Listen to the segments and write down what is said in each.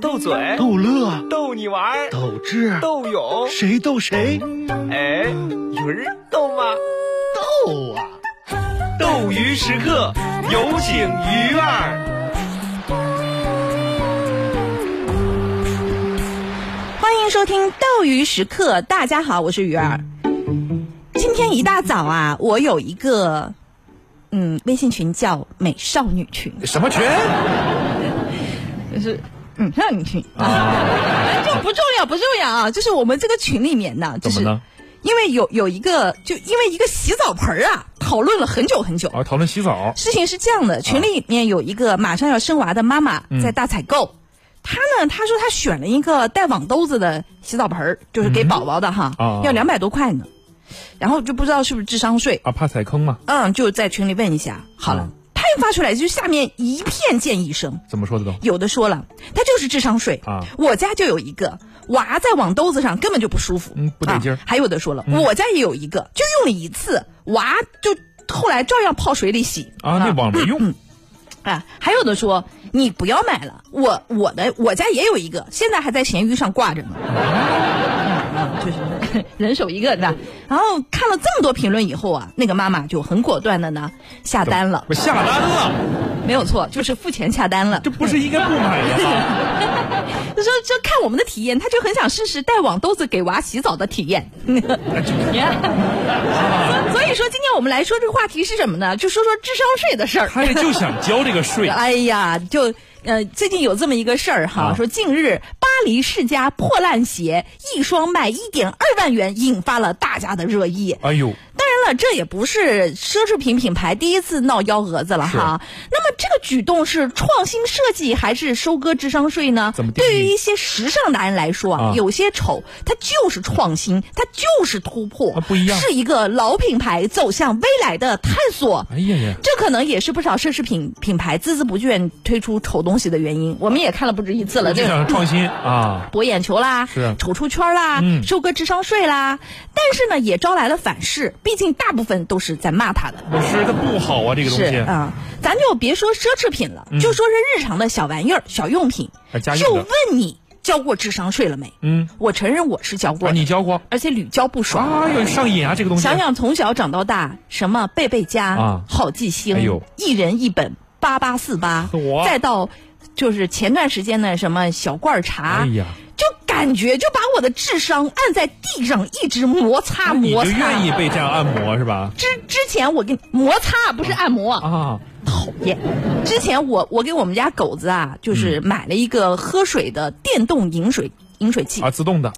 斗嘴、逗乐、逗你玩儿、斗智，斗勇，谁逗谁？嗯哎，有人逗吗？逗啊！斗鱼时刻，有请鱼儿。欢迎收听《斗鱼时刻》，大家好，我是鱼儿。今天一大早啊，我有一个嗯微信群叫“美少女群什么群？”，就是嗯少女群 啊，这不重要，不重要啊，就是我们这个群里面呢，就怎么是呢？因为有有一个，就因为一个洗澡盆儿啊，讨论了很久很久。啊，讨论洗澡，啊事情是这样的，群里面有一个马上要生娃的妈妈在大采购，嗯她呢，她说她选了一个带网兜子的洗澡盆儿，就是给宝宝的哈，啊要两百多块呢，然后就不知道是不是智商税，啊，怕踩坑嘛？嗯，就在群里问一下。好了嗯，她一发出来，就下面一片建议声，怎么说的都？有的说了，他就是智商税啊我家就有一个娃在网兜子上根本就不舒服，嗯不得劲儿嗯啊还有的说了，我家也有一个，就用了一次，娃就后来照样泡水里洗啊，那网没 用，啊，还有的说你不要买了，我我的我家也有一个，现在还在闲鱼上挂着呢。 嗯就是 人手一个，对吧？然后看了这么多评论以后啊，那个妈妈就很果断的呢下单了，我下单了，没有错，就是付钱下单了。这不是应该不买的吗？他说：“这看我们的体验，他就很想试试带网兜子给娃洗澡的体验。你看， 所以说今天我们来说这个话题是什么呢？就说说智商税的事儿。，他也就想交这个税 哎呀，就呃，最近有这么一个事儿哈，啊说近日巴黎世家破烂鞋一双卖一点二万元，引发了大家的热议。哎呦，当然了，这也不是奢侈品品牌第一次闹幺蛾子了哈。那么这个举动是创新设计还是收割智商税呢怎么？定义对于一些时尚男人来说啊啊有些丑它就是创新，它就是突破，啊不一样是一个老品牌走向未来的探索。哎呀呀，这可能也是不少奢侈品品牌孜孜不倦推出丑东西的原因。我们也看了不止一次了，我这就个想创新啊，博眼球啦，是丑出圈啦，嗯收割智商税啦，但是呢，也招来了反噬。毕竟大部分都是在骂他的，我是它不好啊，这个东是西，啊、咱就别说奢侈品了，嗯就说是日常的小玩意儿、小用品，啊家就用的问你交过智商税了没？嗯，我承认我是交过啊，的，你交过？而且屡交不爽。啊，有上瘾啊，这个东西，想想从小长到大，什么贝贝家、啊好记星、哎呦一人一本八八四八我，再到就是前段时间的什么小罐茶，哎呀就感觉就把我的智商按在地上一直摩擦你摩就擦。愿意被这样按摩是吧？之之前我跟摩擦不是按摩，啊，讨厌。之前我我给我们家狗子啊，就是买了一个喝水的电动饮水饮水器啊，自动的，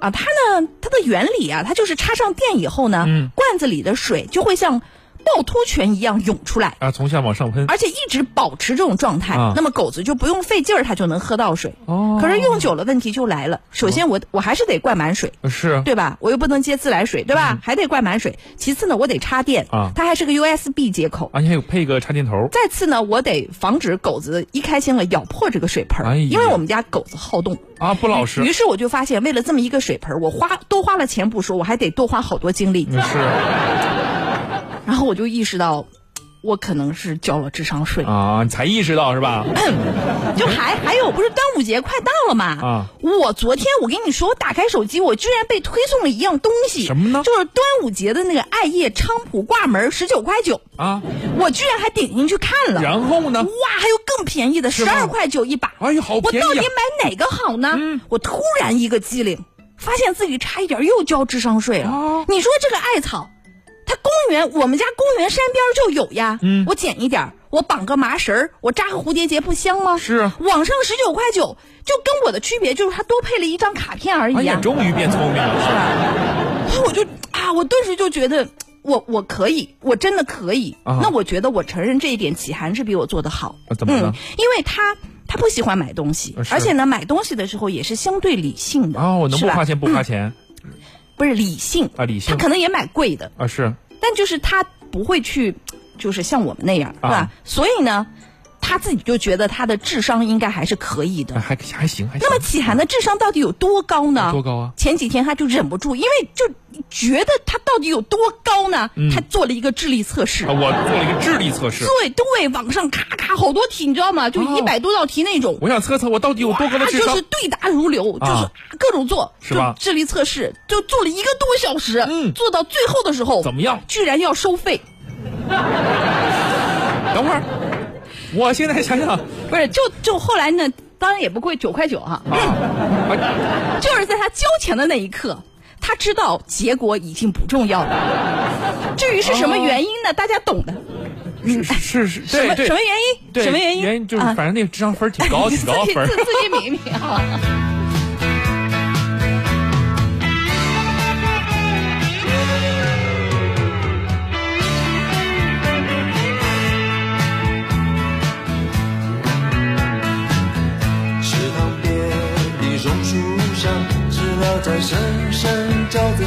啊，它呢，它的原理啊，它就是插上电以后呢，嗯罐子里的水就会像趵突泉一样涌出来，啊，从下往上喷，而且一直保持这种状态。啊那么狗子就不用费劲儿，它就能喝到水。哦可是用久了问题就来了，首先我我还是得灌满水。呃是，对吧？我又不能接自来水，对吧？还得灌满水。其次呢，我得插电，嗯啊它还是个 USB 接口。啊，你还有配个插电头，再次呢，我得防止狗子一开心了咬破这个水盆儿，哎呀因为我们家狗子好动。啊，不老于实，是我就发现，为了这么一个水盆儿，我花多花了钱不说，我还得多花好多精嗯力。是 然后我就意识到，我可能是交了智商税。啊，你才意识到是吧？就还还有，不是端午节快到了嘛？啊，我昨天我跟你说，我打开手机，我居然被推送了一样东西，什么呢就是端午节的那个艾叶菖蒲挂门十九块九，啊， 我居然还点进去看了。然后呢？哇，还有更便宜的，是十吗二块九一把。哎呦好我便宜啊嗯到底买哪个好呢？我突然一个机灵，发现自己差一点又交智商税了。哦你说这个艾草，它公园我们家公园山边就有呀。嗯我捡一点儿，我绑个麻绳儿，我扎个蝴蝶结，不香吗？是啊网上十九块九，就跟我的区别就是它多配了一张卡片而已哎呀、呀，终于变聪明了。所以我就啊，我顿时就觉得。我我可以，我真的可以。啊那我觉得我承认这一点，启涵是比我做的好。啊怎么了嗯，因为他他不喜欢买东西啊，是而且呢，买东西的时候也是相对理性的。哦，我能是不吧花钱不花钱不是理性，啊？理性他可能也买贵的，啊，是啊但就是他不会去，就是像我们那样，是吧？所以呢，他自己就觉得他的智商应该还是可以的哎。还还行还行那。么启涵的智商到底有多高呢？多高啊前几天他就忍不住，因为就觉得他到底有多高呢？嗯他做了一个智力测试。啊我做了一个智力测试，对对，网上咔咔好多题，你知道吗？就哦一百多道题那种。我想测测我到底有多高的他智啊就商是。对答如流，啊就是各种做，是吧就智力测试就做了一个多小时，嗯做到最后的时候，怎么样居然要收费， 等会儿，我现在想想不是？就就后来呢，当然也不贵，九块九哈、啊啊，就是在他交钱的那一刻，他知道结果已经不重要了。至于是哦什么原因呢？大家懂的。是是是，什么对对什么原因？对什么原因？原因就是啊反正那个智商分儿挺 高，挺高自己分儿自。自己抿一抿啊。池塘边的榕树上，知了在声声叫着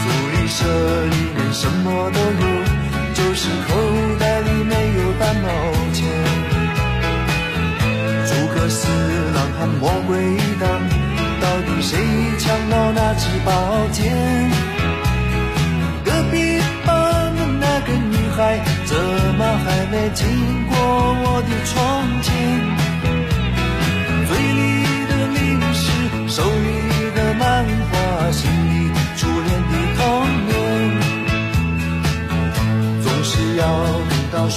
福利社里面什么都有，就是口袋里没有半毛钱。诸葛四郎和魔鬼党，到底谁抢到那支宝剑？隔壁班的那个女孩，怎么还没经过我的窗前？嘴里的零食，手里的漫画，心里初恋的童年，总是要等到睡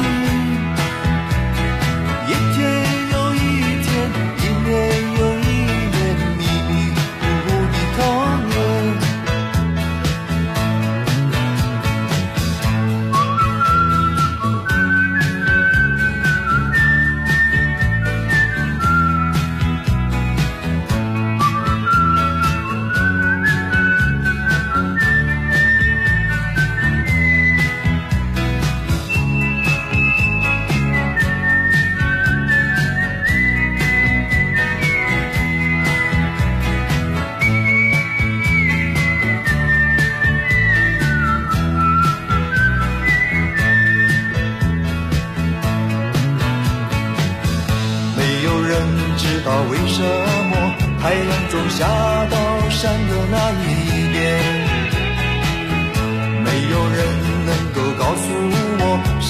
阴。一天又一天，一年又一年，迷迷糊糊的童年。没有人知道为什么太阳总下到山的那一边，没有人能够告诉我山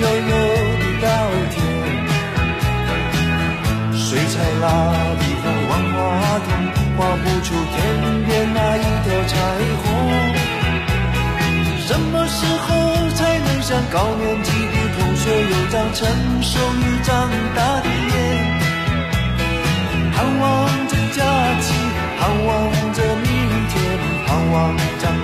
油油的稻田。水彩蜡笔和万花筒，画不出天边那一条彩虹。什么时候才能像高年级的同学有张成熟与长大的脸？盼望着假期，盼望着明天，盼望长哦